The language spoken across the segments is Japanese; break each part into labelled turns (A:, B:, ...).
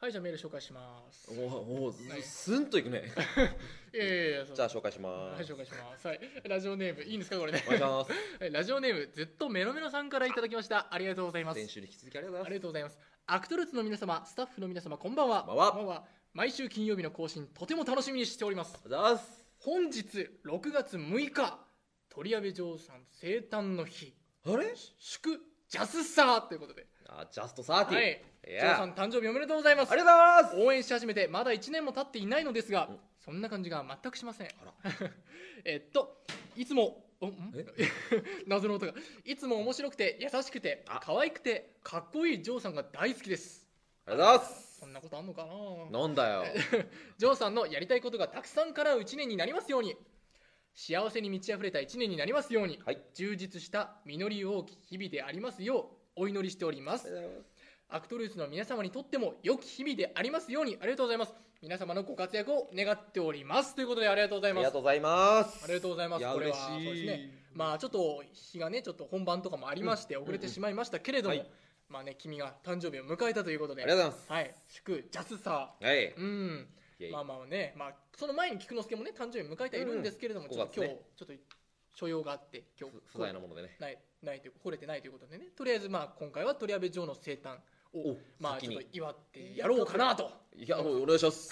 A: はいじゃあメール紹介します
B: おお、ず
A: はい
B: スンといくね。
A: いやいやいやそう
B: じゃあ紹介しま
A: はい
B: す。
A: 紹介しますはいラジオネームいいんですかこれね
B: お願いします。
A: はいラジオネームずっとメロメロさんからいただきましたありがとうございます
B: 先週に引き続きありがとうご
A: あ
B: ざ
A: り
B: い
A: がとうございます。アクトルーツの皆様、スタッフの皆様、こんばんは。
B: こんばんは
A: 毎週金曜日の更新、とても楽しみにしております。
B: ます。ありがとうございます。
A: 本日6月6日、鳥谷部嬢さん生誕の日、
B: あれ
A: 祝ジャスサーということで、
B: あ、ジャストサーティー。
A: はい、
B: い
A: 嬢さ
B: や、あ
A: ん誕生日おめでとうございます
B: りがとう。ございます。
A: 応援し始めてまだ1年も経っていないのですが、
B: うん
A: そんな感じが全くしません
B: あら
A: えっといつもおん
B: え
A: 謎の音がいつも面白くて優しくて
B: あ
A: 可愛くてかっこいいジョーさんが大好きです
B: ありがとうございます。
A: そんなことあんのかな
B: なんだよ。
A: ジョーさんのやりたいことがたくさん叶う1年になりますように幸せに満ち溢れた1年になりますように、
B: はい
A: 充実した実り多き日々でありますようお祈りしております
B: ありがとうございます
A: アクトルースの皆様にとっても良き日々でありますようにありがとうございます皆様のご活躍を願っておりますということでありがとうござい
B: あり
A: ます
B: がとうございます。
A: ありがとうございます
B: いや、
A: これは
B: 嬉しい。
A: そうですねまあちょっと日がねちょっと本番とかもありまして
B: ん
A: 遅れてしまいましたけれども、
B: はい
A: まあね君が誕生日を迎えたということで
B: ありがとうございます。
A: はい祝ジャスさ
B: はい。イ
A: ーうん
B: ェイ
A: まあまあねまあその前に菊之助もね誕生日迎えてはいるんですけれども、
B: うん
A: ちょっと
B: 五
A: 今
B: 月
A: 日
B: ね
A: ちょっと所用があって今日
B: ふ不在なものでね。
A: ないないという来れてないということでねとりあえずまあ今回は鳥谷部城の生誕を
B: お
A: まあ
B: 先
A: ちょ
B: に
A: っと祝ってやろうかなと
B: いや、おお願い します。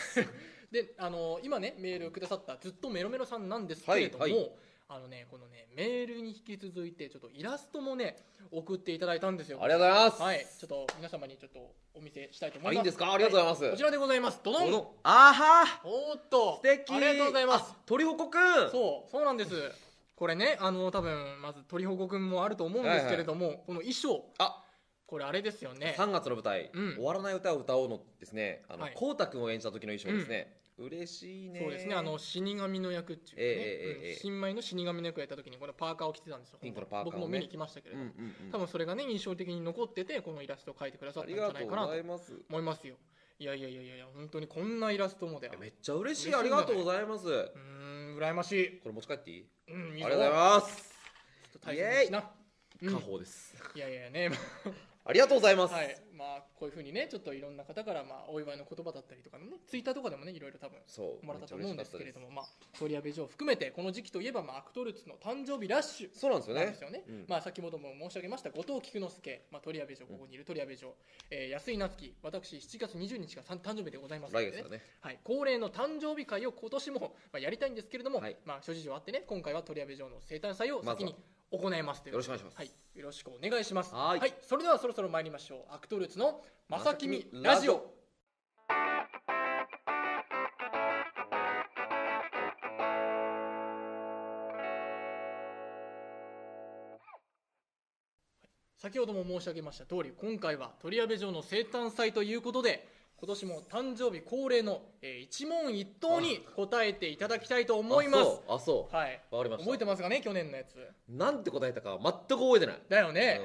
A: であの今ねメールをくださったずっとメロメロさんなんですけれども、
B: はいはい
A: あのねこのねメールに引き続いてちょっとイラストもね送っていただいたんですよ
B: ありがとうございます。
A: はいちょっと皆様にちょっとお見せしたいと思
B: あ、
A: い
B: いい
A: ま
B: ん
A: す
B: ですかありがとうござい
A: こ
B: ま
A: ち
B: す。
A: らでございますドドン
B: のあはー。
A: おーっと
B: 素敵
A: ありがとうございます
B: あ鳥穂子くん
A: そうそうなんですこれねあの多分まず鳥保護くんもあると思うんですけれども、この衣装
B: あ
A: これあれですよね
B: 3月の舞台、
A: うん
B: 終わらない歌を歌おうのですねあの、
A: はい
B: こうたくんを演じた時の衣装ですね、嬉しいね
A: そうですねあの死神の役っていうかね、
B: ええええええ
A: うん新米の死神の役をやった時にこのパーカーを着てたんですよ
B: ピンクのパーカーをね
A: 僕も見に来ましたけれ
B: う
A: ど
B: んう
A: も、
B: んうん
A: 多分それがね印象的に残っててこのイラストを描いてくださっ
B: あ
A: たん
B: り
A: じゃ
B: が
A: な
B: と
A: いうかな
B: ご
A: と
B: ざいます
A: 思いますよいやいやいやいや本当にこんなイラストもだよ
B: めっちゃ嬉しい
A: 嬉しいんだ
B: あ
A: ね
B: りがとうございますこ
A: うーん羨ましい
B: れ持ち帰っていい
A: うん
B: あ
A: い
B: り
A: い
B: が
A: ぞ
B: とうございます
A: ちょっと大切にしな
B: 家
A: うん
B: 宝です、
A: いやいやいやね、ま
B: ありがとうございま
A: あ
B: す、
A: はいまあ、こういうふうにねちょっといろんな方から、まあ、お祝いの言葉だったりとかねツイッターとかでもねいろいろ多分
B: そう
A: もらっ
B: め
A: た
B: っち
A: と
B: ゃ
A: 思う
B: 嬉し
A: ん
B: か
A: で
B: っ
A: す
B: た
A: けれ
B: です
A: ども、まあ、鳥谷部長を含めてこの時期といえば、まあ、アクトルーツの誕生日ラッシュ
B: そうなんですよ
A: なんで
B: ね
A: すよね。
B: うん
A: まあ先ほども申し上げました後藤菊之助、まあ鳥谷部長ここにいる鳥谷部長、えー安井夏樹、私7月20日が誕誕生日でございますの
B: 来
A: でね
B: 月だね
A: はい恒例の誕生日会を今年もまあやりたいんですけれども、
B: はい
A: まあ諸事情あってね今回は鳥谷部長の生誕祭を
B: まず
A: 先
B: は
A: に行いますという
B: よろしくお願いします、
A: はいよろしくお願いします。
B: はーい
A: それではそろそろ参りましょう。アクトルーツのまさきみラジオ。先ほども申し上げました通り今回は鳥谷部城の生誕祭ということで今年も誕生日恒例の、えー一問一答に答えていただきたいと思いま
B: あ
A: す
B: そうあそう
A: はい
B: わかりま
A: 覚え
B: して
A: ますかね去年のやつ
B: たなんて答えたか全く覚えてない
A: だよね、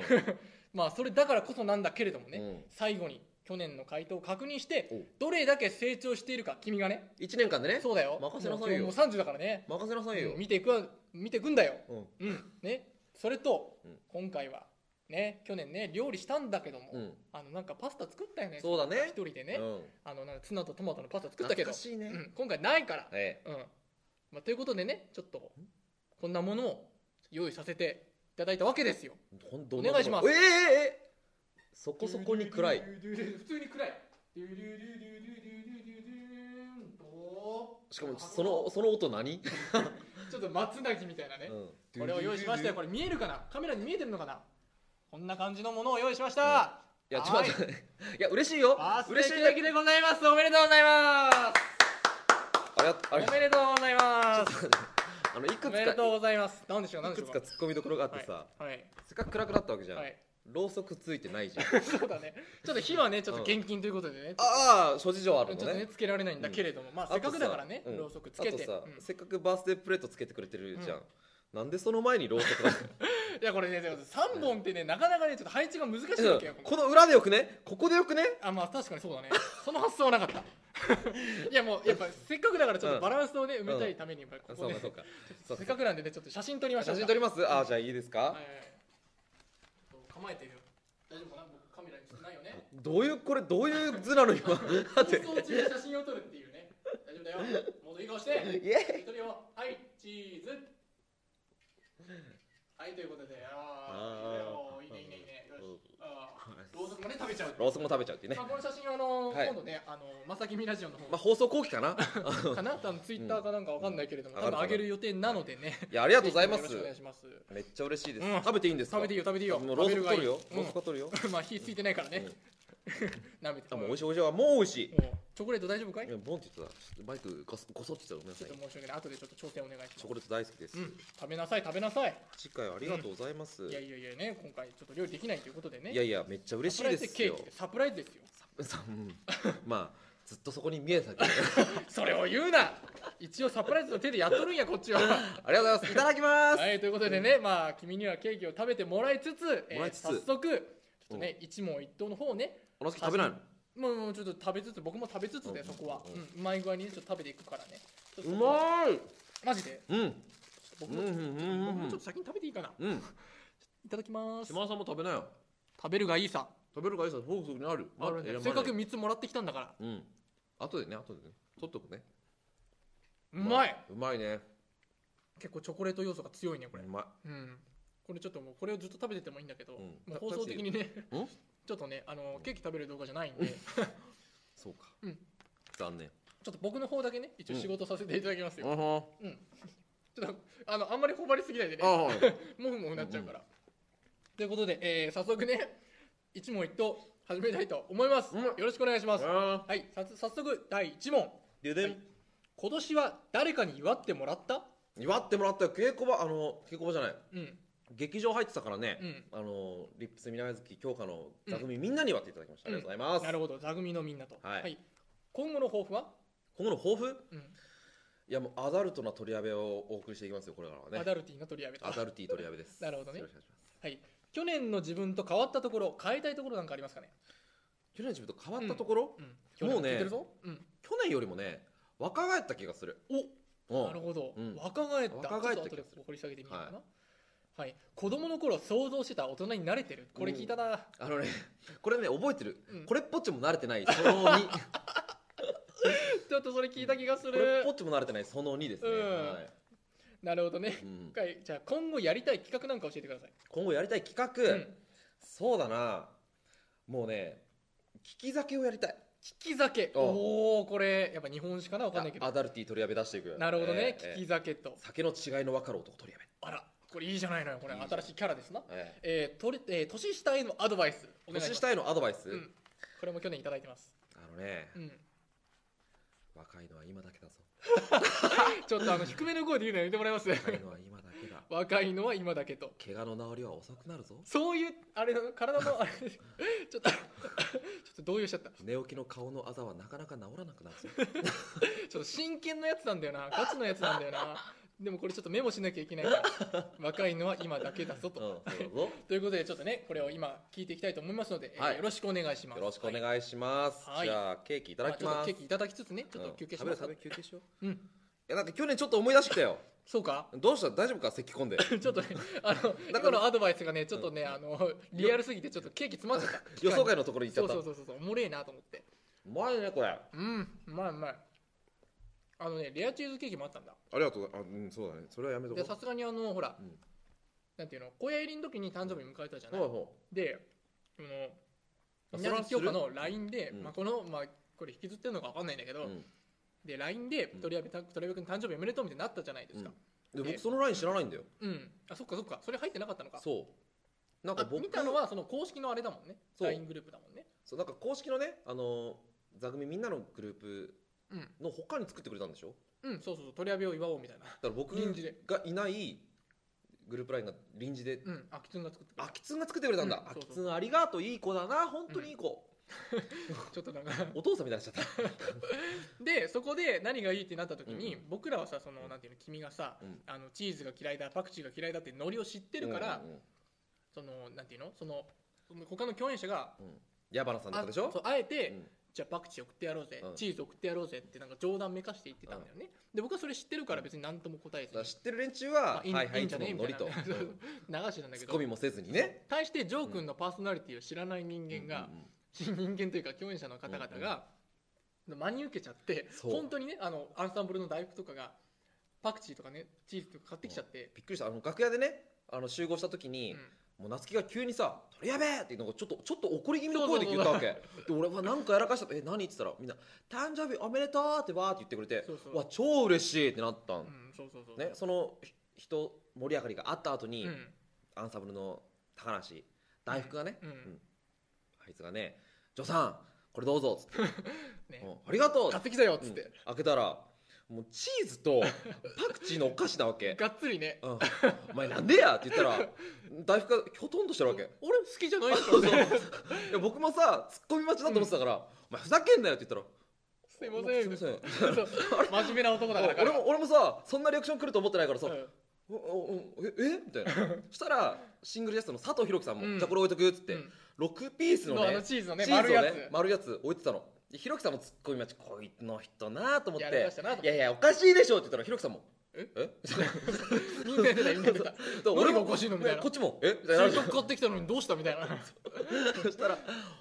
A: まあそれだからこそなんだけれどもね、
B: うん
A: 最後に去年の回答を確認し
B: お
A: てどれだけ成長しているか君がね
B: 1年間でね
A: そうだよ
B: 任せなさいよ
A: もう今日もう30だからね、
B: 任せなさいよ、
A: うん見ていくわ見ていくんだよ
B: うん
A: うんねそれと、
B: うん
A: 今回はね去年ね料理したんだけども、
B: うん
A: あのなんかパスタ作ったよね
B: そうだね
A: 一人でね、
B: うん、
A: あのなんかツナとトマトのパスタ作ったけ
B: 懐
A: ど
B: か、しいね、
A: うん、今回ないから、
B: え
A: うんまあ、ということでねちょっとこんなものを用意させていただいたわけですよ
B: えほんどん
A: お願いします
B: えええええそこそこに暗い
A: 普通に暗い
B: しかもそのその音何、
A: ちょっと松なぎみたいなね、
B: うん
A: これを用意しましたよこれ見えるかなカメラに見えてるのかなこんな感じのものを用意しました、
B: いやちょっと待っていや嬉しいよ
A: あー
B: 嬉しい
A: 素
B: んだけ
A: 敵
B: ど
A: でございますおめでとうございます
B: あやあれ
A: おめでとうございます
B: あのいく
A: お
B: つか
A: めでとうございます何でしょう何
B: い
A: で
B: く
A: しょ
B: つ
A: う
B: か突っ込みどころがあってさ、
A: はい
B: せっかく暗くなったわけじゃん、
A: はい
B: ろうそくついてないじゃん
A: そうだねちょっと火はねちょっと厳禁ということでね、
B: ああ諸事情ある
A: ちょ
B: の
A: っとね
B: ね
A: つけられないんだけれども、まあせっかくだからね、
B: あとさうん
A: ろうそくつけて
B: あとさ、
A: うん
B: せっかくバースデープレートつけてくれてるじゃん、なんでその前にろうそくだったの
A: いやこれね3本ってねなかなかねちょっと配置が難しいわけよ
B: この裏でよくねここでよくね
A: あまあ確かにそうだねその発想はなかった いやもうやっぱせっかくだからちょっとバランスをね埋めたいためにやっぱりこ
B: そ
A: こ
B: う
A: で、
B: かそうかそう
A: せっ
B: か
A: かくなんでねちょっと写真撮りましょ
B: 写
A: うか
B: 真撮りますあーじゃあいいですか、
A: はいはいはいちょっと構えてるよ大丈夫かな僕カメラに映ってないよね
B: どういうこれどういう図なの
A: 放
B: 今待って
A: 送中に写真を撮るっていうね大丈夫だよもっといい顔して
B: イエーイ
A: 一人をはいチーズはいということであ
B: あ
A: あ
B: ー
A: いいねいいねいいねよ
B: うん
A: しあーろうそくもね食べちゃう
B: ロースも食べちゃうっていうね
A: まあ、この写真はあの
B: はい
A: 今度ね、あのまさきみラジオの
B: ま
A: 方
B: あ放送後期 かな
A: かな、多分ツイッターかなんかわかんないけれども、
B: うん
A: 多分上げる予定なのでね。
B: いやあり
A: あ
B: がとうございま
A: よろ
B: す
A: しくお願いします。
B: めっちゃ嬉しいです、
A: うん
B: 食べていいんですか
A: 食べていいよ、食べていいよ。
B: もうロース
A: 食
B: も取
A: べがい
B: る
A: い
B: よ、ロースも取るよ、
A: うん まあ火ついてないからね。舐めて。
B: あもう美味しい美味しいあもう美味しい
A: もうチョコレート大丈夫かい？
B: い
A: ちょ
B: やボンって言ってたバイクごそごそって言ってたらごめんな
A: っ
B: さい
A: と申し訳ない。後でちょっと調整お願いします。
B: チョコレート大好きです、
A: うん、食べなさい、食べなさい。
B: 次回ありがとうございます、
A: いやいやいやね、今回ちょっと料理できないということでね。
B: いやいやめっちゃ嬉しいで
A: サプライズ
B: す
A: ケ
B: よ
A: ーキってサプライズですよ。
B: さうんまあずっとそこに見えてたけど
A: それを言うな。一応サプライズの手でやっとるんやこっちは。
B: ありがとうございますいただきます、
A: はい、ということでね、まあ、君にはケーキを食べてもらいつつ、えー
B: もらいつつ
A: 早速、ちょっとね、一問一答の方をね、
B: おのすき食べないの
A: もうもうちょっと食べつつ、僕も食べつつで、
B: うん
A: そこは、
B: う
A: うんんうまい具合にね、ちょっと食べていくからね。ちょっと
B: うまい
A: マジで、
B: うん
A: 僕
B: うんう
A: も
B: ん
A: ちょっと、僕も
B: うんうん
A: ちょっと先に食べていいかな。
B: うん
A: いただきます。
B: 島田さんも食べなよ
A: 食べるがいいさ。
B: 食べるからいいさフォークにある
A: あ
B: ま
A: る
B: だ
A: ね
B: 選ばない
A: せっかく3つもらってきたんだから。
B: うん後でね後でね取っとくね
A: うまい。
B: うまいね
A: 結構チョコレート要素が強いね、こ
B: これ
A: れ
B: う。ま
A: うん。これちょっともう、これをずっと食べててもいいんだけど、
B: うん
A: もう放送的にね
B: うん、
A: ちょっとね、あの、ケーキ食べる動画じゃないんで、
B: いそうか
A: うん
B: 残念
A: ちょっと僕の方だけね、一応仕事させていただきますよ。
B: あは
A: ちょっとあのあんまり頬張りすぎないで
B: あ
A: ね、
B: は
A: もふもふなっちゃうから。ということで、えー早速ね、一問一答始めたいと思います。
B: うん
A: よろしくお願いします。
B: あ
A: はい、さ早速第1問。
B: で
A: はい今年は誰かに祝ってもらった
B: 祝ってもらったよ稽古場あの稽古場じゃない
A: うん、
B: 劇場入ってたからね
A: うん。
B: あのリップスミラーズキ強化の座組みんなに祝っていただきましたあ
A: うん
B: りがとうございます
A: なるほど、座組のみんなと。
B: はい
A: 今後の抱負は、
B: 今後の抱負
A: うん
B: いやもうアダルトな取り上げをお送りしていきますよこれから
A: ア
B: はね
A: ダルティーの取り上げと
B: ア。ダルティ取り上げです
A: なるほどね
B: よろしくお願いします
A: 去年の自分と変わったところ、変えたいところなんかありますかね、
B: 去年の自分と変わったところ
A: うん、
B: も
A: 去年
B: うね
A: 聞いてるぞ、うん、
B: 去年よりもね若返った気がするお
A: なるほど、
B: うん
A: 若返った
B: 若返っ
A: ちょっと後
B: た気
A: で
B: がする
A: 掘り下げてみようかな、はい子供の頃想像してた大人に慣れてるこれ聞いたな、
B: あのね これね覚えてる、
A: うん
B: これっぽっちも慣れ てないその2
A: ちょっとそれ聞いた気がす
B: これっ
A: る
B: ぽっちも慣れてないその2ですね、
A: うん
B: はい
A: なるほどね
B: うん
A: 今回じゃあ今後やりたい企画なんか教えてください、
B: 今後やりたい企画、
A: うん
B: そうだなもうね聞き酒をやりたい
A: 聞き酒
B: お
A: おおーこれやっぱ日本史かなわかんないけ
B: あア
A: ど
B: ダルティ取り上げ出していく
A: なるほどね、
B: え
A: 聞
B: ーえ
A: き酒と
B: ー酒の違いの分かる男取り
A: あらこれいいじゃないのよこれ
B: いいじゃん
A: 新しいキャラですな
B: 上げ、え
A: えーとれえー年下へのアドバイスお
B: ー
A: 願いしま
B: 年
A: す
B: 下へのアドバイス、
A: うん、これも去年いただいてます、
B: あのね
A: うん、
B: 若いのは今だけだぞ
A: ちょっとあの低めの声で言うのやめてもらいます
B: 若いのは今だけだ
A: 若いのは今だけと
B: 怪我の治りは遅くなるぞ
A: そういう、あれなの、体の、あれ、ちょっと、ちょっと動揺しちゃった。ち
B: 寝起きの顔のあざはなかなか治らなくなるぞ
A: ょっと真剣なやつなんだよな。ガチのやつなんだよな。でもこれちょっとメモしなきゃいけないから。若いのは今だけだぞ
B: うん
A: と。
B: そうだぞ
A: ということで、ちょっとね、これを今聞いていきたいと思いますので、えー
B: はい
A: よろしくお願いします。
B: よろしくお
A: はい
B: 願いします、
A: はい
B: じゃあケーキいただき
A: まあちょっとケ
B: ます
A: ーキいただきつつね、ちょっと
B: うん
A: 休憩します
B: 食。べる食べる休憩しよ
A: うん
B: ういやなんか去年ちょっと思い出してきたよ
A: そうか
B: どうした大丈夫か咳き込んで
A: ちょっとね、あ の、
B: ら
A: 今のアドバイスがね、ちょっとね、あの、リアルすぎて、ちょっとケーキ詰まっちゃった。
B: 予想外のところに行っち
A: そ
B: ゃ
A: う
B: った
A: そううそうそう、おもれえなと思って。
B: まいねこれあ
A: うん、うまいうまい。あのね、レアチーズケーキもあったんだ。
B: りがとうあうんそうだねそれはやめと
A: でさすがにあのほら、
B: うん
A: なんていうの小屋入りの時に誕生日迎えたじゃない、
B: ほうほ
A: であの
B: あ
A: 宮崎
B: そ
A: 京
B: れ
A: 香
B: はする
A: の LINE で、
B: うん
A: まあ、この、まあ、これ引きずってるのか分かんないんだけ
B: う
A: ど、
B: うん
A: で LINE で
B: うん
A: 鳥籔た鳥籔君誕生日おめでとうみたいになったじゃないですか
B: で僕そのライン知らないんだよ
A: うん、あそっかそっかそれ入ってなかったのか
B: そうなんか
A: あ
B: 僕
A: 見たのはその公式のあれだもんね
B: そう
A: LINE グループだもんね
B: そうなんか公式のねあのー座組みんなのグループ
A: うん
B: の他に作ってくれたんでしょ
A: うんそうそうそう鳥籔を祝おうみたいな
B: だから僕
A: 臨時で
B: がいないグループラインが臨時で
A: うんあきつんが作ってくれ
B: あ
A: た
B: きつんが作ってくれたんだ
A: うん
B: あ
A: そうそう
B: きつんありがとういい子だな本当にいい子
A: ちょっとなんか
B: お父さんみたいになっちゃ った
A: でそこで何がいいってなった時に、
B: うんう
A: 僕らはさそのなんていうの君がさ、
B: うん
A: あのチーズが嫌いだパクチーが嫌いだってノリを知ってるから、
B: うんうんうん
A: そのなんていうのそのその他の共演者が
B: 矢花さんだっ
A: あ
B: たでしょ
A: そうあえて、
B: うん
A: じゃあパクチー送ってやろうぜ、
B: うん
A: チーズ送ってやろうぜってなんか冗談めかして言ってたんだよね、で僕はそれ知ってるから別に何とも答え
B: だ
A: ず
B: か
A: に
B: ら知ってる連中は、
A: まあいい
B: はいはい
A: いい
B: い
A: んじ
B: つ
A: ゃ
B: も
A: ね
B: のノリと、
A: みたいな
B: う ん
A: 流しなんだ
B: ツ
A: け
B: ッ
A: ど
B: コミもせずにね
A: 対してジョー君のパーソナリティを知らない人間が、
B: うんうん
A: 人間というか共演者の方々が真に受けちゃって
B: そう
A: 本当にねあのアンサンブルの大福とかがパクチーとかねチーズとか買ってきちゃって、
B: びっくりしたあの楽屋でねあの集合した時に、
A: う
B: もう夏希が急にさ「鳥やべえ!」ってなんかちょっとちょっと怒り気味の声で言ったわけで俺はなんかやらかしたえ何?」って言ったらみんな「誕生日おめでとう!」ってわーって言ってくれて
A: そうそう
B: わ超嬉しいってなった
A: ん
B: ん、
A: うんそうそうそう
B: ね、そのひ人盛り上がりがあった後に、
A: うん
B: アンサンブルの高梨大福がね、
A: うん
B: あいつがね「ジョさんこれどうぞ」っつって
A: ね
B: うんありがとう」
A: 買ってきたよっつっ
B: う
A: て
B: ん、開けたらもうチーズとパクチーのお菓子なわけ
A: がっつりね
B: うんお前なんでやって言ったら大福がきょとんとしてるわけ
A: 俺好きじゃないですか
B: そ
A: ら
B: うそうい
A: ね
B: や僕もさツッコミ待ちだと思ってたから「お前ふざけんなよ」って言ったら
A: すいません
B: すいま
A: そう真面目な男だから
B: 俺も俺もさそんなリアクション来ると思ってないからさ「
A: うん
B: おおおええみたいなそしたらシングルジャストの佐藤弘樹さんも「
A: うん
B: じゃあこれ置いとく」っつって、
A: うん
B: 6ピースの
A: のあの
B: ね
A: チーズのね
B: チー
A: 丸
B: ズ
A: い
B: を
A: や
B: ね
A: つ
B: 丸いやつ置いてたので弘樹さんもツッコミ待ちこいつの人なと思って
A: やらかしたなと思っ
B: い
A: て
B: やいやおかしいでしょ」って言ったら弘樹さんも「
A: え
B: え
A: みんな出たみんな出 た
B: だから
A: 何がおかしいのみたいな
B: こっちも「えみたいな
A: せっかく買ってきたのにどうしたみたいな
B: そしたら「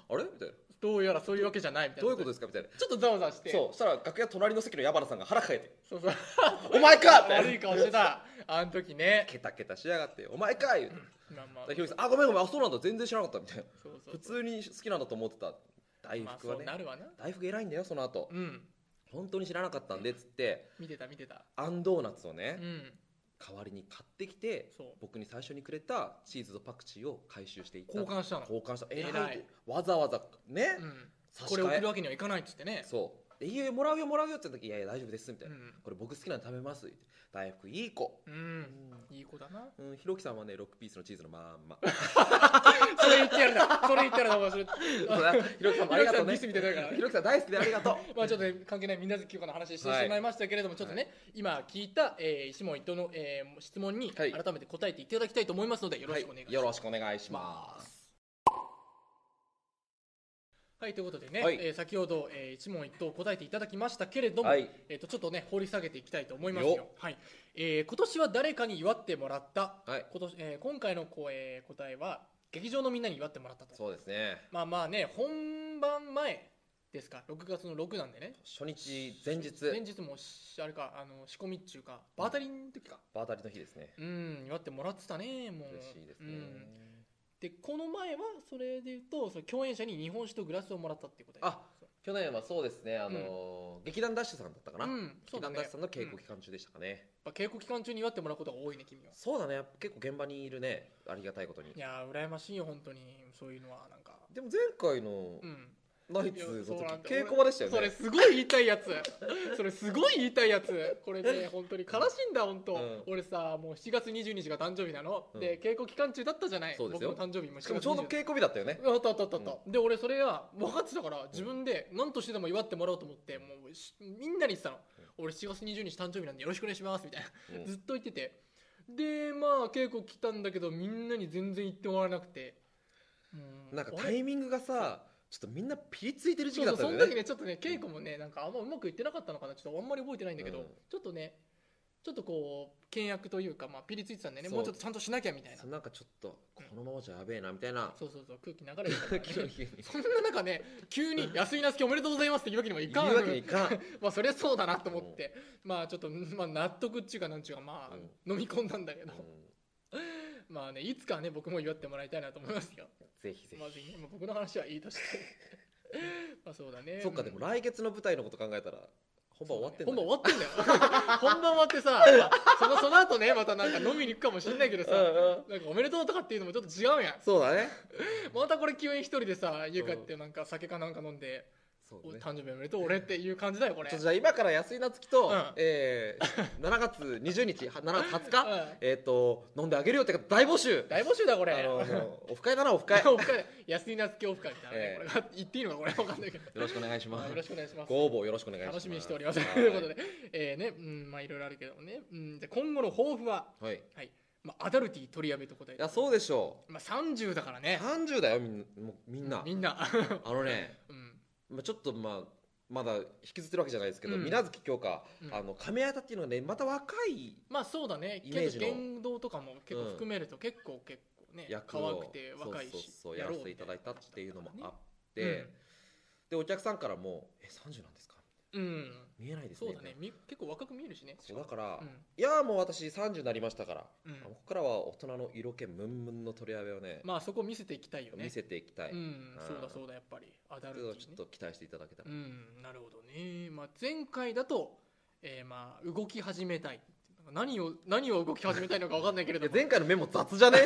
B: あれ?」みたいな「
A: どうやらそういうわけじゃないみたいな
B: どういうことですか?」みたいな
A: ちょっとざわざわして
B: そうそしたら楽屋隣の席の矢原さんが腹抱えて
A: そうそう
B: 「お前か!」って
A: 悪い顔してたあの時ね
B: ケタケタしやがって「お前かい!」って
A: まあまあ
B: ひろきさん「あごめんごめんあそうなんだ全然知らなかった」みたいな
A: そうそう
B: 普通に好きなんだと思ってた大
A: まあ
B: 福
A: そ
B: は
A: う
B: ね、
A: なるわな
B: 大福偉いんだよその後
A: うん
B: 本当に知らなかったんでっつって
A: 見てた見てた
B: あんドーナツを
A: う
B: ね、
A: ん
B: 代わりに買ってきて
A: そう
B: 僕に最初にくれたチーズとパクチーを回収していった
A: 交換したの
B: 交換した偉い
A: 偉い
B: わざわざね、
A: うん
B: 差し
A: これ
B: 替
A: 送る
B: え
A: わけにはいかないっつってね
B: そうでいいよもらうよもらうよって言った時いやいや大丈夫です」みたいな、
A: うん
B: これ僕好きなの食べます」って大福いい子
A: うんいい子だな
B: うん、ひろきさんはね6ピースのチーズのま んま
A: それ言ってやるなそれ言ってやるな面白い
B: ひろきさんもありがとうね
A: ひろきさんディスみたいになるからね
B: ひろきさん大好きでありがとう
A: まあちょっとね関係ないみんなで聞くの話してし
B: はい
A: まいましたけれども、ちょっとね、今聞いた、えー、一問一答の、えー質問に
B: は
A: 改
B: い
A: めて答えていただきたいと思いますので、よろしくお願いします。
B: よろしくお願いしま。
A: ますす。はいということでね、
B: はい
A: えー先ほど、えー一問一答答えていただきましたけれども、
B: はい
A: えー、とちょっとね掘り下げていきたいと思いますよ。
B: よ
A: はいえー今年は誰かに祝ってもらった、
B: はい
A: 今年えー今回のこう、えー答えは劇場のみんなに祝ってもらったと。
B: そうですね。
A: まあまあね本番前ですか6月の6なんでね
B: 初日前日
A: 前日もしあれかあの仕込みっていうかバータリンの時か
B: バータリの日ですね。
A: うん祝ってもらってたねもう
B: 嬉しいですね。
A: うんでこの前はそれで言うとその共演者に日本酒とグラスをもらったっていうことで
B: あ去年はそうですね。あのー劇団ダッシュさんだったかな。
A: うんそうだ
B: 劇団
A: ね
B: ダッシュさんの稽古期間中でしたかね。
A: やっぱ稽古期間中に祝ってもらうことが多いね君は
B: そうだね。やっぱ結構現場にいるね。ありがたいことに
A: い。やー羨ましいよ本当にそういうのはなんか
B: でも前回の
A: うん
B: ナイ
A: い
B: ツの
A: や
B: 時
A: そうなんだ
B: 稽古場でしたよ
A: それ
B: ね。
A: すごい言いたいやつ それすごい言いたいやつこれ ね本当に悲しいんだ本当、
B: うん
A: 俺さもう7月20日が誕生日なの、
B: うん
A: で稽古期間中だったじゃない
B: そうですよ
A: 僕の誕生日も7
B: しかも
A: 月
B: ちょうど
A: 20
B: 稽古日だったよね。
A: あったあったあったあった、で俺それが分かってたから自分で何としてでも祝ってもらおうと思ってもうしみんなに言ってたの、俺7月20日誕生日なんでよろしくお願いしますみたいな、
B: うん
A: ずっと言っててでまあ稽古来たんだけどみんなに全然言ってもらえなくて、う
B: なんか
A: あ
B: タ
A: れ
B: イミングがさ、ちょっとみんなピリついてる時
A: そ
B: 期
A: う
B: だ
A: そ
B: っ
A: う
B: た
A: そ
B: ん
A: の
B: だ
A: 時ね
B: よね。
A: ちょっとね稽古もねなんかあんまうまくいってなかったのかなちょっとあんまり覚えてないんだけど、
B: うん
A: ちょっとねちょっとこう倹約というか、まあ、ピリついてたんでね
B: そう
A: もうちょっとちゃんとしなきゃみたいな
B: そうなんかちょっとこのままじゃやべえなみたいな。
A: そうそうそう空気流れてたか らね
B: 昨日言
A: そんな中ね急に「安井なつきおめでとうございます」って言うわけにもいうかん
B: わけにいかん。
A: まあそりゃそうだなと思って、まあちょっと、まあ、納得っていうかなんちゅうかまあ、飲み込んだんだけど、まあねいつかね僕も祝ってもらいたいなと思いますよ
B: ぜひぜ
A: まあ
B: ひ。
A: ぜひね、まあ、僕の話はいいとしてまあそうだね
B: そっか、でも来月の舞台のこと考えたら、本番終わってんだ、
A: 本番終わってんだよ 本番終わってさそのその後ねまたなんか飲みに行くかもしんないけどさ、
B: うんうん
A: なんかおめでとうとかっていうのもちょっと違うやん
B: そうだね。
A: またこれ急に一人でさ家帰ってなんか酒かなんか飲んで、
B: そう
A: お
B: だね。
A: 誕生日おめでとう俺っていう感じだよこれ
B: ちょっとじゃあ今から安井夏樹と、
A: うん
B: えー、7月20日、は7月20日、
A: うん
B: えっ、と、飲んであげるよってか大募集
A: 大募集だこ
B: あ
A: れ
B: のもうオフ会だな、オフ 会。よ
A: オフ会安井夏樹オフ会みたいなね、
B: ええ
A: これが言っていいのかこれ分かんないけど、
B: ろしくお願いし
A: ま
B: ま
A: あ、
B: す
A: よろ。しくお願いします
B: ご応募よろしくお願いします。
A: 楽しみにしております
B: はい
A: ということで、えーねうん、まあいろいろあるけどもね、うん、で今後の抱負は、
B: はい。い
A: はいまあ、アダルティ取りやめと答えて
B: や、そうでしょ
A: まあ、30だから
B: う。
A: ね
B: 30だよ、みんな。もうみんな
A: みんな、
B: あのね、
A: うん、
B: まあ、ちょっとまあ、まだ引きずってるわけじゃないですけど、
A: うん
B: 水無月京香、
A: うん
B: あの、亀屋田っていうのがね、また若い
A: まあそうだね
B: イメージ
A: 結
B: の
A: 構言動とかも結構含めると結構結構ね
B: 役
A: 可愛
B: を
A: くて若いし
B: そうそうそう
A: や
B: や
A: ろ
B: ら
A: う
B: せていただいたっていうのもあっって、でお客さんからも「え30なんですか?
A: うん、うん」
B: 見えないです
A: そ
B: ね
A: うだねみ結構若く見えるしね
B: そうだから、
A: うん
B: いやーもう私30になりましたから、
A: うん
B: ここからは大人の色気ムンムンの取り合いをね,、
A: まあそこ見せていきたいよね
B: 見せていきたい、
A: うん
B: うん
A: そうだそうだやっぱりアダ
B: と
A: ルト
B: い
A: にね
B: うのをちょっと期待していただけたら、
A: うん、なるほどね、まあ、前回だと、えーまあ動き始めたい何を何を動き始めたいのか分かんないけれ
B: い
A: ど
B: や
A: も
B: 前回のメモ雑じゃね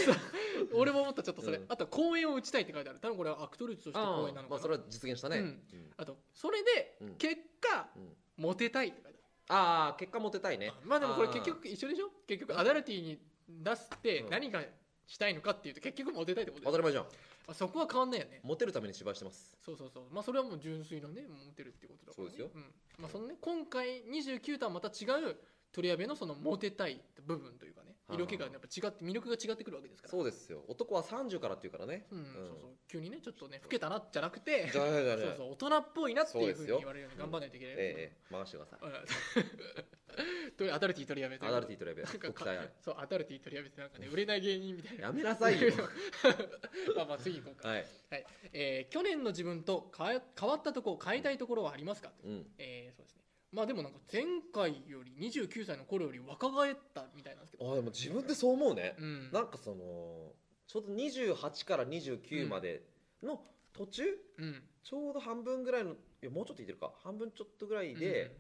A: 俺も思ったちょっとそれ、
B: うん
A: あと公演を打ちたいって書いてある多分これはアクトルーツとして公演なのかな、
B: まあそれは実現したね、
A: う
B: うんん
A: あとそれで
B: うん
A: 結果、
B: うん
A: モテたいって書いて
B: ああ結果モテたい
A: ある
B: ね
A: まあでもこれ
B: あー
A: 結局一緒でしょ結局アダルティに出すって
B: うん
A: 何がしたいのかっていうと結局モテたいってことです
B: 当たり前じゃん
A: あそこは変わんないよね
B: モテるために芝居してます
A: そうそうそうまあそれはもう純粋のねモテるってことだから、ね、
B: そうですよ
A: んまあ、そのね今回29とはまた違う取り上げのそのモテたい部分というかね
B: はいはい
A: 色気がやっぱ違って魅力が違ってくるわけですから
B: そう
A: う
B: ですよ男は30からっていうからね
A: うん
B: うん
A: そうそう急にねちょっとね老けたなじゃなくて
B: じゃあじゃあ
A: そう
B: じゃあ
A: そう大人っぽいなっていうふう
B: そ
A: に
B: うですよ
A: 言われるように頑張らないといけないです
B: ええええ回してください
A: うんというアダルティ取り上げという
B: アダルテ
A: ィ
B: ィとレベル
A: なん
B: ご期
A: か
B: 待あれ
A: そうアダルティ取り上げってなんかね売れない芸人みたいな
B: やめな さいよ
A: まあまあ次行こうか、
B: はい、
A: えー去年の自分と変え変わったところ変えたいところはありますか
B: うん、
A: えーそうですねまあでもなんか前回より29歳の頃より若返ったみたいなんですけど、
B: あでも自分ってそう思うね、
A: うん、
B: なんかそのちょうど28から29までの途中、
A: うん
B: ちょうど半分ぐらいのいやもうちょっといってるか半分ちょっとぐらいで、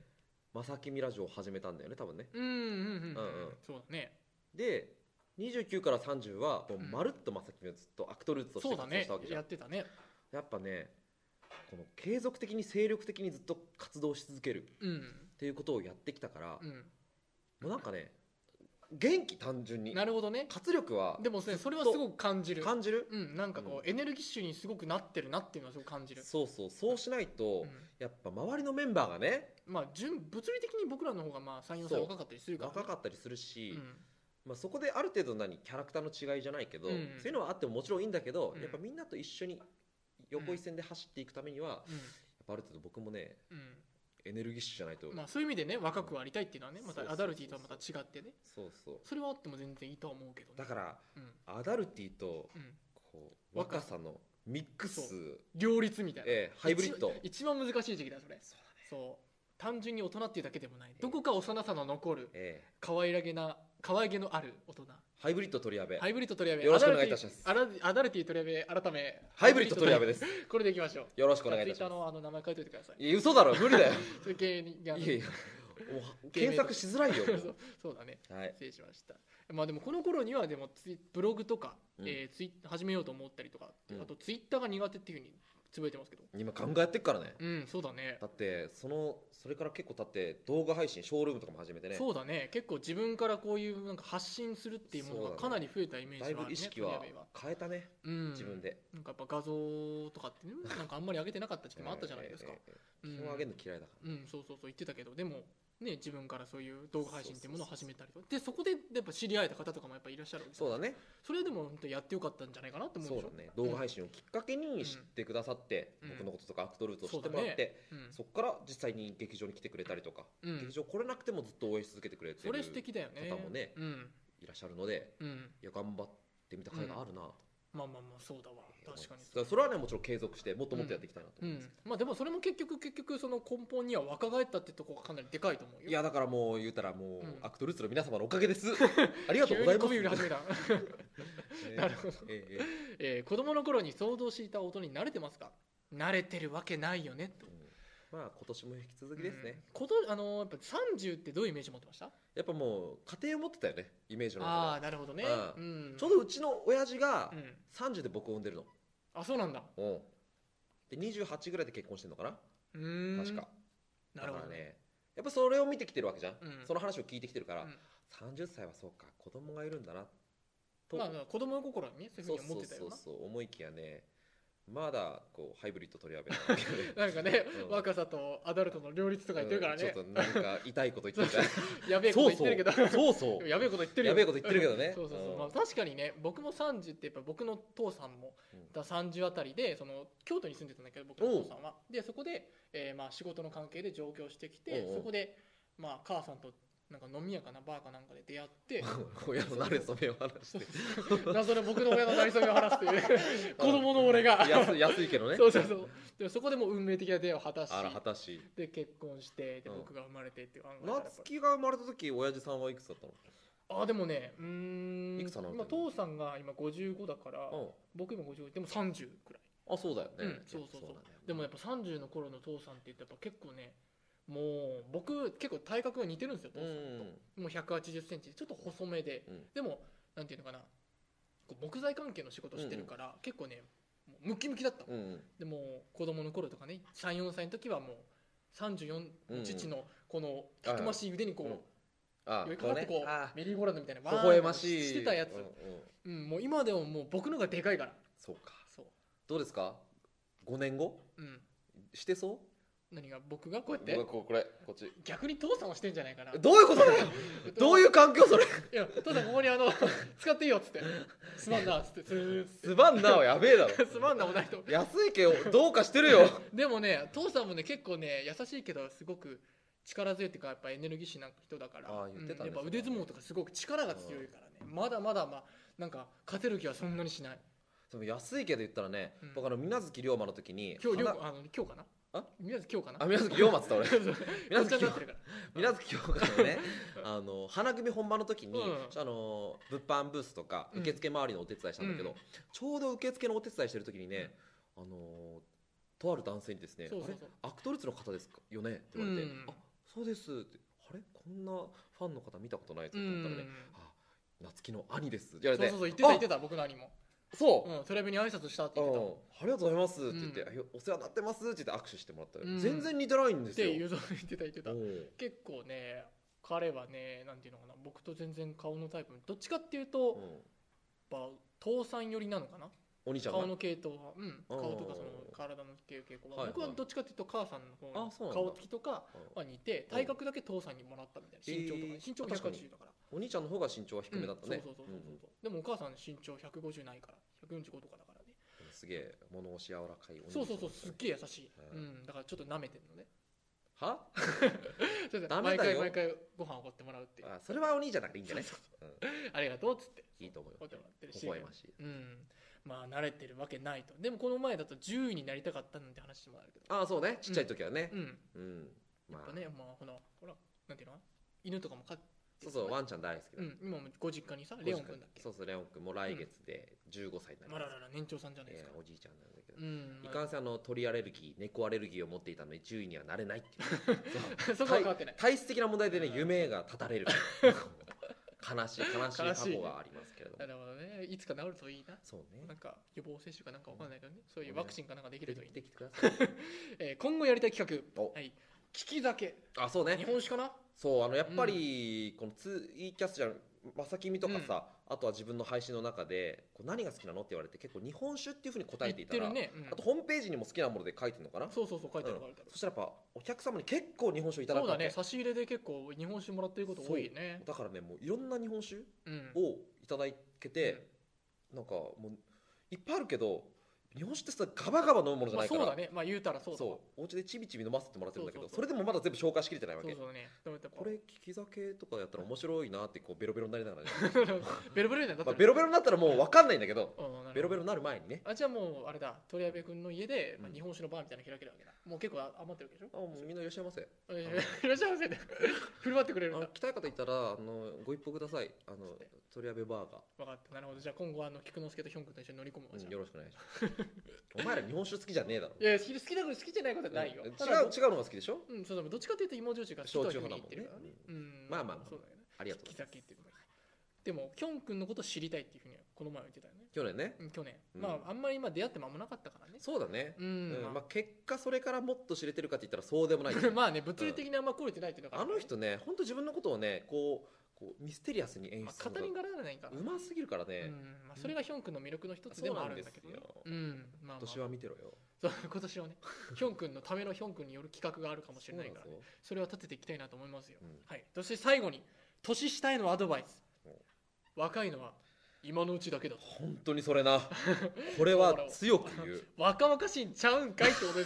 B: まさきみラジオを始めたんだよね多分ね
A: うんうんうんうん
B: うんうん
A: そうだね
B: で29から30はもうまるっとまさきみをずっとアクトルーツとし
A: そ
B: て
A: うだ
B: 活動
A: ね
B: したわけじゃん
A: やってたね
B: やっぱねこの継続的に精力的にずっと活動し続ける
A: うん
B: っていうことをやってきたから、
A: うん
B: もうなんかね元気単純に
A: なるほどね
B: 活力は
A: でもねそれはすごく感じる
B: 感じる
A: うんなんかこうエネルギッシュにすごくなってるなっていうのはすごく感じる、
B: そうそうそうしないと、
A: うん
B: やっぱ周りのメンバーがね
A: まあ純物理的に僕らの方がまあ34歳
B: そう
A: 若かったりするから、
B: 若か
A: っ
B: ったりするし、
A: うん
B: まあ、そこである程度何キャラクターの違いじゃないけど、
A: うん
B: そういうのはあってももちろんいいんだけど、
A: うん
B: やっぱみんなと一緒に横一線で走っていくためには、やっぱある程度僕もね
A: うん
B: エネルギッシュじゃないと、
A: うんまあ、そういう意味でね若くありたいっていうのはねま
B: そうそうそ
A: た
B: うそう
A: アダルティとはまた違ってね
B: そうそう
A: それはあっても全然いいとは思うけどね
B: だから
A: うん
B: アダルティと
A: うん
B: こう
A: 若
B: 若さのミックス
A: そ、両立みたいな、
B: ええハイブリッド
A: 一番一番難しい時期だそれそう単純に大人っていうだけでもない、どこか幼さの残る
B: ええ
A: 可愛らげな可愛げのある大人
B: ハイブリッド取りやべ、
A: ハイブリッド取り上げ
B: よろしくお願いいたします
A: アダルティアダルティ取り上げ改め
B: ハイブリッド取りやべ
A: で
B: です
A: すこれでいきましょう
B: よろしくお願いい
A: ツイッター
B: たしま
A: のあの名前書いといてください
B: すいや嘘だろ無 理だよ
A: そういう芸人が
B: いやいやもう検索しづらい よ
A: そうそうだね
B: はい
A: 失礼しましたまあでもこの頃にはでもツイブログとか、
B: うん
A: えーツイ始めようと思ったりとか、
B: うん
A: あとツイッターが苦手っていうふうにつぶやいてますけど
B: 今考えてっからね
A: うんそうだね
B: だってそのそれから結構経って動画配信ショールームとかも始めてね
A: そうだね結構自分からこういうなんか発信するっていうもの
B: そうだ
A: が
B: ね
A: かなり増えたイメー
B: だ
A: ジ
B: い
A: はある
B: ぶ
A: ね
B: 意識
A: ト
B: は
A: リアベイは
B: 変えたね
A: うん、
B: 自分で
A: なんかやっぱ画像とか ってねなんかあんまり上げてなかった時期もあったじゃないですか、
B: ええ
A: う
B: ええ
A: ん
B: 基本上げるの嫌いだか
A: うんそうそうそう言ってたけどでもね自分からそういう動画配信っていうものを始めたりとかでそこでやっぱ知り合えた方とかもやっぱいらっしゃるわ
B: ら
A: け
B: そうだ
A: ね
B: ね
A: それでも本当やってよかったんじゃないかなって思うで
B: そう
A: しょ
B: だね動画配信をきっかけに知ってくださって
A: うん
B: 僕のこととかアクトルートを知ってもらって
A: うん
B: そこから実際に劇場に来てくれたりとか
A: うん
B: 劇場来れなくてもずっと応援し続けてくれて
A: そ
B: る
A: れ素敵だよね
B: 方もね
A: うん
B: いらっしゃるので
A: うん
B: いや頑張ってみた甲斐があるなと
A: まあまあまあそうだわ
B: 思います
A: 確かに
B: だからそれはねもちろん継続してもっともっとやっていきたいなと
A: う
B: 思い
A: ん
B: ますけど、
A: まあでもそれも結局結局その根本には若返ったってとこがかなりでかいと思うよ
B: いやだからもう言うたらもう、
A: うん
B: アクトルーツの皆様のおかげです ありがとう
A: 急
B: ござい
A: に
B: ま
A: 媚
B: す
A: び売り始めた、
B: ええ
A: なるほど、
B: えええ
A: えー子供の頃に想像していた音に慣れてますか慣れてるわけないよね
B: えうんまあ今年も引き続きですね、
A: ことあのーやっぱ30ってどういうイメージ持ってました
B: やっぱもう家庭を持ってたよねイメージの中で
A: ああ
B: は
A: ーなるほどね
B: う
A: うん
B: ちょうどうちの親父が
A: うん
B: 30で僕を産んでるの、
A: あそうなんだ
B: うんで28ぐらいで結婚してんのかな
A: うーん
B: 確か、
A: なるほ
B: だ
A: ど
B: か
A: ね
B: らねやっぱそれを見てきてるわけじゃん、
A: うん
B: その話を聞いてきてるから、
A: うん
B: 30歳はそうか子供がいるんだなと、
A: まあまあ子供の心にねそういうふ
B: そう
A: には思っ
B: うそう
A: てたよ
B: そう
A: な
B: そう思いきやねまだこうハイブリッド取り上げて る
A: なんかね、
B: うん
A: 若さとアダルトの両立とか言ってるからね
B: うん、ちょっとなんか痛いこと言 ってるか
A: やべえ
B: ら
A: こと言ってるけど
B: そうそうそうそ う
A: やべえこと言ってるよ
B: やべえこと言ってるけどね
A: うん そうそうそう、
B: うん
A: まあ、確かにね僕も30ってやっぱ僕の父さんも
B: うん
A: だ30あたりでその京都に住んでたんだけど僕の父さんはでそこで、えーまあ、仕事の関係で上京してきて
B: おうおう
A: そこで、まあ、母さんとなんか飲み屋かなバーかなんかで出会って
B: 親の慣れ初めを話して
A: 謎の僕の親のなりそめを話すという 子供の俺が
B: 安い安いけど ね
A: そうそうそうでもそこでもう運命的な出会いを果たし
B: あら果たし
A: で結婚してで
B: うん
A: 僕が生まれてっていう考えたらやっぱ
B: 夏希が生まれた時親父さんはいくつだったの
A: あでもねうーん
B: いくつなの
A: 今父さんが今55だから、
B: う
A: 僕今55でも30くらい
B: んあそうだよね、
A: うんそうそうそう
B: なんだよね
A: でもやっぱ30の頃の父さんって言ってやっぱ結構ねもう僕結構体格が似てるんですよ父
B: う
A: さんと、
B: ん
A: もう1 8 0ンチでちょっと細めで、
B: うん
A: でもなんていうのかなこう木材関係の仕事してるから、結構ねもうムッキムキだった、
B: うん
A: でもう子供の頃とかね34歳の時はもう34、
B: うんうん
A: 父のこのたくましい腕にこう、
B: うんあ
A: 寄りかかってこう
B: あ
A: メリーゴーランドみたいな
B: 微
A: わー
B: 笑ましい
A: してたやつ、
B: うんうん
A: うんもう今でももう僕のがでかいから
B: そうか
A: そう
B: どうですか5年後
A: うん
B: してそう
A: 何が僕がこうやっ
B: 僕は
A: て
B: こうこれこっち
A: 逆に父さんはしてんじゃないかな
B: どういうことだよ どういうう環境それ
A: いや父さんここにあの 使っていいよっつってすまんなっつってスーッ
B: すまんなはやべえだ ろ
A: すまんなもないと
B: 安いけどどうかしてるよ
A: でもね父さんもね結構ね優しいけどすごく力強いっていうかやっぱエネルギッシュな人だから
B: あー言ってたね
A: うんやっぱ腕相撲とかすごく力が強いからねまだまだまあなんか勝てる気はそんなにしない
B: でも安いけど言ったらね、
A: うん
B: 僕あの水無月龍馬の時に
A: 今日
B: 花
A: 今日あの今日かな
B: あ
A: 宮崎今日かな
B: あ水無月龍 馬っつった俺
A: 宮
B: 水無
A: 崎今
B: 月龍
A: 日ってるから
B: 水無月龍馬のねあの花組本番の時に、
A: うん
B: あの物販ブースとか
A: うん
B: 受付周りのお手伝いしたんだけど、
A: うん
B: ちょうど受付のお手伝いしてる時にね、あのとある男性にですね
A: そうそうそう
B: あれアクトルツの方ですかよね?」って言われて「
A: うん
B: あそうです」って「あれこんなファンの方見たことないぞ」
A: う
B: と思ったらね
A: ん
B: 「あ夏希の兄です」って言われ
A: そうそうそう
B: て
A: 言ってた言って
B: あ
A: た僕の兄も
B: そう、
A: うんトレビに挨拶したって
B: う
A: 言
B: ん
A: ってた
B: ありがとうございますって言って、
A: うん
B: あお世話になってますって言って握手してもらったら、
A: うん
B: 全然似てないんで
A: っ
B: すよ
A: て言うぞ言ってた言ってた
B: おう
A: 結構ね彼はねなんていうのかな僕と全然顔のタイプどっちかっていうと
B: う
A: やっぱ
B: ん
A: 父さん寄りなのかな
B: お兄ちゃんが
A: 顔の系統は、うん、
B: あー
A: 顔とかその体の系統は、
B: はいはい
A: 僕はどっちかっていうと母さんの
B: あそ
A: 方の
B: うなんだ
A: 顔つきとか
B: うん
A: は似て体格だけ父さんにもらったみたいな身長とかね、
B: えー
A: 身長
B: 確かに
A: 180だから
B: お兄ちゃんの方が身長は低めだったね、
A: うんそうそうそううそうんそうでもお母さん身長150ないから145とかだからね
B: すげえ物腰柔らかいお兄ちゃ
A: そ
B: ん
A: うそうそうすっげえ優しい、
B: へー
A: うん、だからちょっと舐めてるのね
B: は
A: ちょっと
B: ダメ
A: 毎
B: だ
A: 回
B: よ
A: 毎回ご飯おごってもらうっていう
B: あそれはお兄ちゃんだからいいんじゃない
A: ありがとうっつって
B: いいと思い
A: おご
B: ま
A: って
B: す
A: もらってるし
B: 微笑ましい
A: うんまあ慣れてるわけないとでもこの前だと10位になりたかったなんて話もあるけど
B: あそうねちっちゃい時はね
A: うん
B: うん、ま
A: やっぱ
B: あ
A: ねまあほらほらなんていうの犬とかも飼って
B: そうそうワンちゃん大好きだ、
A: うん、今もご実家にさレオン君だっけ
B: そうそうレオン君も来月で15歳にな
A: あ
B: ります、
A: ららら年長さんじゃないです
B: え
A: か
B: ー、おじいちゃんなんだけど、
A: うん、
B: い
A: まあ
B: かんせんあの鳥アレルギー猫アレルギーを持っていたので獣医にはなれないっていう
A: そこは変わってない
B: 体質的な問題でね
A: うん
B: 夢が絶 たれる悲しい悲しい過
A: 悲しい
B: 去がありますけれども
A: なるほどねいつか治るといいな
B: そう
A: な
B: ね
A: んか予防接種かなんかわかんないけどねそういうワクチンかなんかできるといい、
B: てきてください
A: えー今後やりたい企画
B: お
A: はい聞き酒
B: あそうね
A: 日本酒かな
B: そうあのやっぱり、このツイキャスじゃんまさきみとかさ、あとは自分の配信の中でこう何が好きなのって言われて結構日本酒っていうふうに答えてい
A: 言ったて
B: ら
A: るね、うん
B: あとホームページにも好きなもので書いてるのかな
A: そうそうそう書いてある書いてある
B: そしたらやっぱお客様に結構日本酒をいただ
A: そ
B: く
A: うだ
B: わ
A: ね
B: け
A: 差し入れで結構日本酒もらってること多いね
B: だからねもういろんな日本酒
A: うん
B: をいただけて、なんかもういっぱいあるけど日本酒ってさガバガバ飲むものじゃ
A: ま
B: な
A: あ
B: いか
A: そう
B: ら、
A: だねまあ言うたらそうだわ
B: そうお家でちびちび飲ませてもらってるんだけど
A: そう
B: そ
A: そうそう
B: れでもまだ全部消化しきれてないわけ
A: そうそうねでもやっぱ
B: これ聞き酒とかやったら面白いなってこうベロベロになりながらね、
A: ベロベロになった
B: まあ、
A: ら
B: ベロベロになったらもう分かんないんだけど
A: うんなるほど
B: ベロベロになる前にね
A: あじゃあもうあれだ鳥矢部君の家で、まあ、
B: うん
A: 日本酒のバーみたいなの開けるわけだ、もう結構余ってるわけでし
B: あもうみんないらっしゃいませ
A: ょいやいやいら っしゃいませね振る舞ってくれ
B: あ
A: るん
B: の
A: だ
B: 来たい方いたらあのご一報くださいあの鳥矢部バーガ
A: 分かったなるほどじゃあ今後あの菊之助とヒョン君と一緒に乗り込むわ
B: ー、
A: じゃ
B: う
A: あ
B: んよろしくお願いしますお前ら日本酒好きじゃねえだろ
A: いや好き好きだこと好きじゃないことはないよ、
B: うん
A: ただ
B: 違う違うのが好きでしょ
A: うんそうだどっちかというと芋焼酎が好きとは
B: 焼
A: いう
B: 酎
A: ふうに
B: 派
A: 言
B: だ
A: っ
B: もん
A: てる
B: ね
A: からね、
B: うん
A: うん
B: まあまあまあ
A: そうだよね
B: ありがとう
A: 好
B: ご
A: き
B: ざい
A: 酒っていうのがいいでもヒョン君のことを知りたいっていうふうにはこの前は言ってたよね
B: ます去年ね
A: うん去年、
B: うん
A: まああんまり今出会って間もなかったからね
B: そうだね
A: う
B: うん
A: ん、
B: まあ、結果それからもっと知れてるかって言ったらそうでもない
A: まあね物理的にあんま来れてないっていうのが
B: あ
A: るか
B: の
A: らね
B: 人ね本当自分のことをねこうこうミステリアスに演
A: ま
B: 出
A: あ
B: す
A: 語
B: る
A: り
B: のが
A: がられないから
B: うますぎるから
A: う
B: ね、
A: んまあ、それがヒョン君の魅力の一つでもあるんだけどね
B: そううん
A: まあ、まあ、
B: 今年は見てろよ
A: そう今年 はねヒョン君のためのヒョン君による企画があるかもしれないから
B: そうだぞ
A: それは立てていきたいなと思いますよ、
B: うん
A: はいそして最後に年下へのアドバイス
B: うん
A: 若いのは今のうちだけだと
B: 本当にそ れなこれは強く言
A: 若々しいんちゃうんかいってことで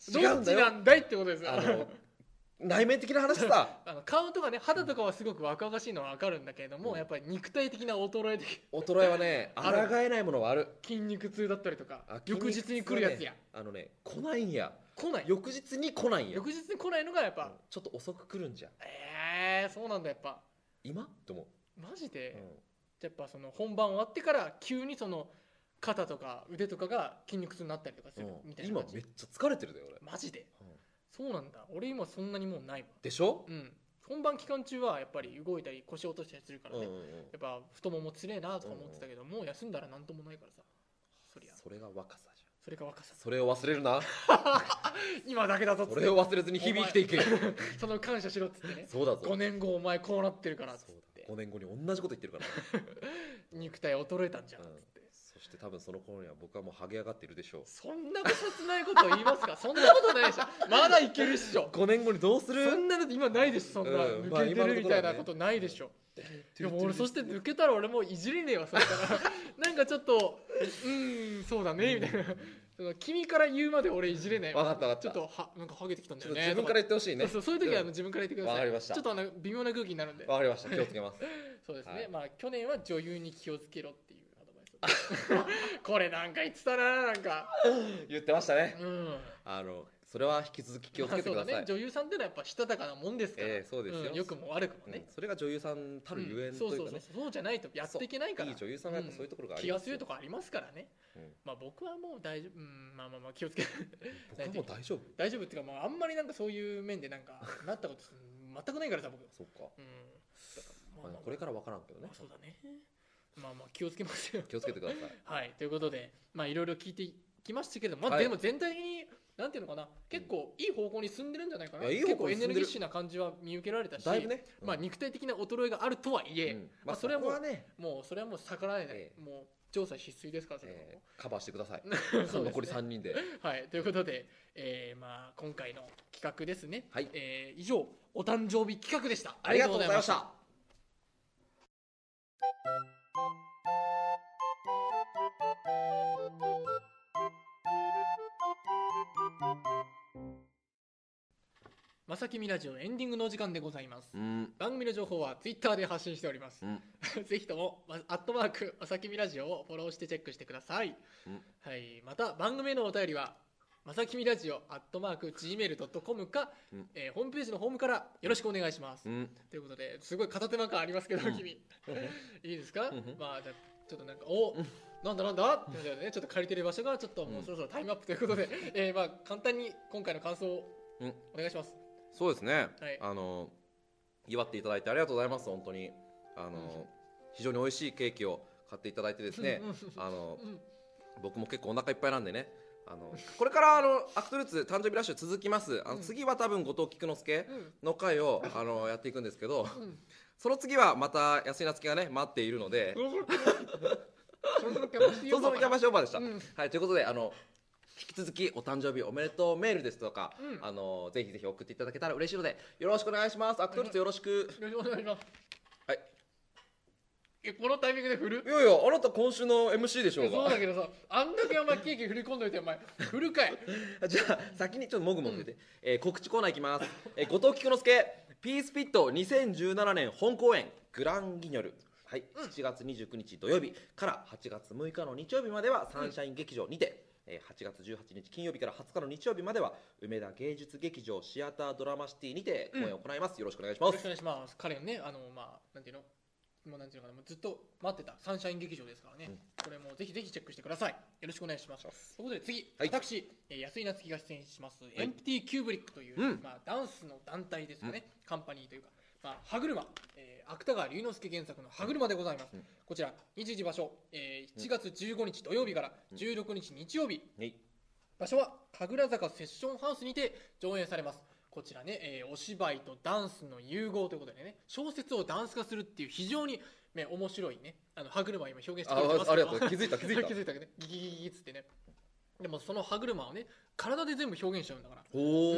A: すよ
B: う違う
A: どっ
B: ん
A: ち
B: だよ
A: なんだいってことですよ
B: あの内面的な話さ
A: あの顔とかね肌とかはすごく若々しいのは分かるんだけれども、
B: うん
A: やっぱり肉体的な衰え的
B: 衰えはね
A: ある
B: 抗えないものはある
A: 筋肉痛だったりとか
B: あ筋肉
A: 翌日に来るやつや、
B: あのね来ないんや
A: 来ない
B: 翌日に来ないんや
A: 翌日に来ないのがやっぱ、
B: ちょっと遅く来るんじゃん
A: えー、そうなんだやっぱ
B: 今って思う、
A: マジで、
B: うん
A: やっぱその本番終わってから急にその肩とか腕とかが筋肉痛になったりとかするみたいな
B: 今
A: 感じ、
B: めっちゃ疲れてるだよ俺、
A: マジで
B: うん
A: そうなんだ俺今そんなにもうないわ
B: でしょ、
A: うん本番期間中はやっぱり動いたり腰落としたりするから
B: うん
A: ね、
B: うん
A: や
B: うん
A: っぱ太ももつれえなとか思ってたけど、もう休んだらなんともないからさそりゃ
B: それが若さじゃん
A: それか若さ
B: それを忘れるな
A: 今だけだぞっつ
B: そ
A: っ
B: れ
A: て
B: を忘れずに日々生きていけ
A: その感謝しろっつってね
B: そうだぞ
A: 5年後お前こうなってるからっつっ
B: そうだ
A: て
B: 5年後に同じこと言ってるから
A: 肉体衰えたんじゃんっつ
B: うん
A: って、
B: そして多分その頃には僕はもうハゲ上がっているでしょ
A: そんな切ないこと言いますかそんなことないでしょまだいけるっしょ
B: う5年後にどうする
A: そんなだって今ないでしょそんな、
B: うんまあ
A: 抜けてるみたいなことないでしょ、
B: て
A: でも俺そして抜けたら俺もういじれねえわそした らなんかちょっとうーんそうだねみたいな、その君から言うまで俺いじれない
B: わかったわかっ
A: ち
B: た
A: ょっとはなんかハゲてきたんだ
B: ちょ
A: よ
B: っと
A: ね
B: 自分から言ってほしい
A: と
B: ね
A: かそうそういう時はあの自分から言ってください
B: わかりました
A: ちょっとあの微妙な空気になるんで
B: わかりました気をつけます
A: そうですね、
B: はい
A: まあ去年は女優に気をつけろっていうアドバイス これなんか言ってたななんか
B: 言ってましたね
A: うん
B: あのそれは引き続き気をつけてください、
A: まあそうね、女優さんってのはやっぱしたたかなもんですから、
B: ええそうですよ
A: ん良くも悪くも
B: うん
A: ね、
B: それが女優さんたるゆえんと
A: そ
B: いう
A: う
B: か
A: そう
B: ね
A: そうそうじゃないとやっていけないから
B: いい女優さんがやっぱそういうところがあり
A: 気
B: ま
A: が
B: す
A: 強いとこありますからね、
B: うん
A: まあ僕はもう大丈夫、うん、まあまあまあ気をつけ
B: 僕はもう大丈夫
A: 大丈夫っていうか、まあ、あんまりなんかそういう面でなんかなったこと全くないからさ僕
B: そっか
A: うんだからまあ
B: まあ
A: まあ
B: これからわからんけどね
A: まあそうだねまあまあ気をつけますよ
B: 気をつけてください
A: はいということでまあいろいろ聞いてきましたけれども、まあ、
B: はい
A: でも全体的になんていうのかな結構いい方向に進んでるんじゃないかな、
B: いやいい
A: 結
B: 方向
A: 構
B: に
A: エ
B: 進
A: ネ
B: んでる
A: ルギッシュな感じは見受けられたし
B: だいぶね、
A: まあ、
B: うん
A: 肉体的な衰えがあるとはいえ、
B: うん
A: まあそれはもう
B: そこね、
A: もうそれはもう逆らえない、
B: ええ
A: もう調査必須ですからそれはもう
B: えーカバーしてください
A: そうですね
B: 残り三人で
A: はい、ということで、えーまあ、今回の企画ですね、
B: はい
A: えー以上お誕生日企画でした
B: ありがとうございまし
A: あ
B: た
A: りがとうございましたまさきみラジオエンディングのお時間でございます、
B: うん
A: 番組の情報はツイッターで発信しております、
B: うん
A: ぜひともま「アットマークまさきみラジオ」をフォローしてチェックしてください、
B: うん
A: はい、また番組へのお便りはまさきみラジオアットマーク Gmail.com か、
B: うん
A: えーホームページのホームからよろしくお願いします、
B: うん
A: ということですごい片手間感ありますけど、
B: うん
A: 君いいですか、
B: うんうん
A: まあじゃあちょっとなんかお、
B: うん
A: なんだなんだってことでねちょっと借りてる場所がちょっともううんそろそろタイムアップということで、えーまあ簡単に今回の感想を
B: うん
A: お願いします、
B: そうですね、
A: はい
B: あの祝っていただいてありがとうございます本当にあの、
A: うん
B: 非常に美味しいケーキを買っていただいてですね
A: うん
B: あの
A: うん
B: 僕も結構お腹いっぱいなんでねあのこれからあのアクトルーツ誕生日ラッシュ続きますあの
A: うん
B: 次は多分後藤菊之助
A: うん
B: の回をあのやっていくんですけど
A: うん
B: その次はまた安井夏樹がね待っているので
A: そろそろキャバシー
B: そ
A: 呼
B: う
A: ぼ
B: そうう
A: かな
B: やばしオーバーでした、
A: うん
B: はいということであの引き続きお誕生日おめでとうメールですとか、
A: うん
B: あのぜひぜひ送っていただけたら嬉しいのでよろしくお願いしますアクトルーツよろしく
A: よろしくお願いします
B: はい
A: えこのタイミングで振る
B: いやいやあなた今週の MC でしょう
A: そうだ
B: が
A: けどさあんだけお前ケーキ振り込んどいてお前振るかい
B: じゃあ先にちょっともぐもぐ出て、えー告知コーナーいきます、えー後藤菊之助ピースピット2017年本公演グランギニョルはい、7月29日土曜日から8月6日の日曜日まではサンシャイン劇場にて、えー8月18日金曜日から20日の日曜日までは梅田芸術劇場シアタードラマシティにて公演を行います、よろしくお願いしま
A: よ
B: す
A: ろしくお願いします彼のねあのまあなんていうのもうなんていうのかなもうずっと待ってたサンシャイン劇場ですからね、
B: うん
A: これもぜひぜひチェックしてくださいよろしくお願いします
B: お願
A: とい
B: いしま
A: うことで次、
B: はい
A: 私えー安井夏樹が出演します、エンプティキューブリックという、
B: うん
A: まあ、ダンスの団体ですかね、カンパニーというか、まあ、歯車、えー芥川龍之介原作の歯車でございます、
B: うん
A: こちら日時場所、えー7月15日土曜日から16日日曜日、
B: はい
A: 場所は神楽坂セッションハウスにて上演されますこちらね、えーお芝居とダンスの融合ということでね小説をダンス化するっていう非常に、ね、面白いねあの歯車を今表現して
B: あ
A: くれてます
B: あありがとう気
A: 気
B: づいた気づい た
A: 気づいたけどねギギギギギっつってねでもその歯車をね体で全部表現しちゃうんだから
B: おお、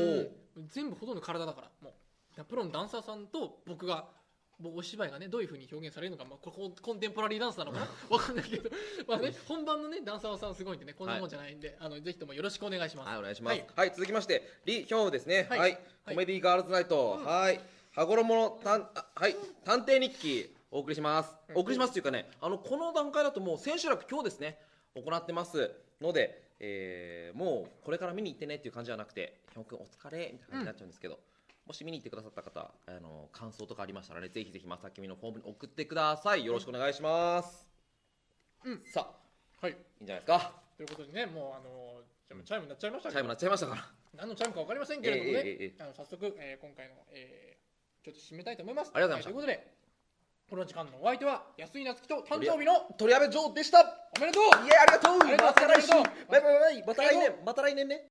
A: うん全部ほとんど体だからもうプロのダンサーさんと僕がもうお芝居がねどういうふうに表現されるのか、まあ、ここコンテンポラリーダンスなのかなわかんないけ どまあ、ね、本番のねダンサーさんすごいんでねこんなもんじゃないんで、あのぜひともよろしくお願いします。
B: はい、お願いします。
A: は
B: はいい、続きまして、リ・ヒョンウですね。
A: は
B: はいい、
A: はい
B: コメディーガールズナイト。
A: うん
B: はい、羽衣のたん、あはい、探偵日記、お送りします
A: う。ん
B: お送りしますというかね、あの、この段階だともう、千秋楽今日ですね、行ってます。ので、えーもう、これから見に行ってねっていう感じじゃなくて、ヒョン君お疲れ、みたいな感じになっちゃうんですけど、もし見に行ってくださった方、あの、感想とかありましたらね、ぜひぜひ、まさきみのフォームに送ってください。よろしくお願いします。
A: うん
B: さあ、
A: はい、
B: いいんじゃないですか。
A: ということでねもうあのじゃあチャイムになっちゃいました
B: チ
A: け
B: ャイ
A: ど
B: ムなっちゃいましたから。
A: 何のチャイムか分かりませんけれども
B: ええええ
A: ね
B: え
A: あの早速、えー今回の、えーちょっと締めたいと思います。
B: ありがとうご
A: はとい
B: ざいま
A: うことでこの時間のお相手は安井なつきと誕生日の
B: 鳥矢部城でした
A: おめでとう
B: いやありがとう
A: ありがとう
B: また来週
A: ありがとう
B: バイバイバイまた来
A: ありが
B: 年また来年ね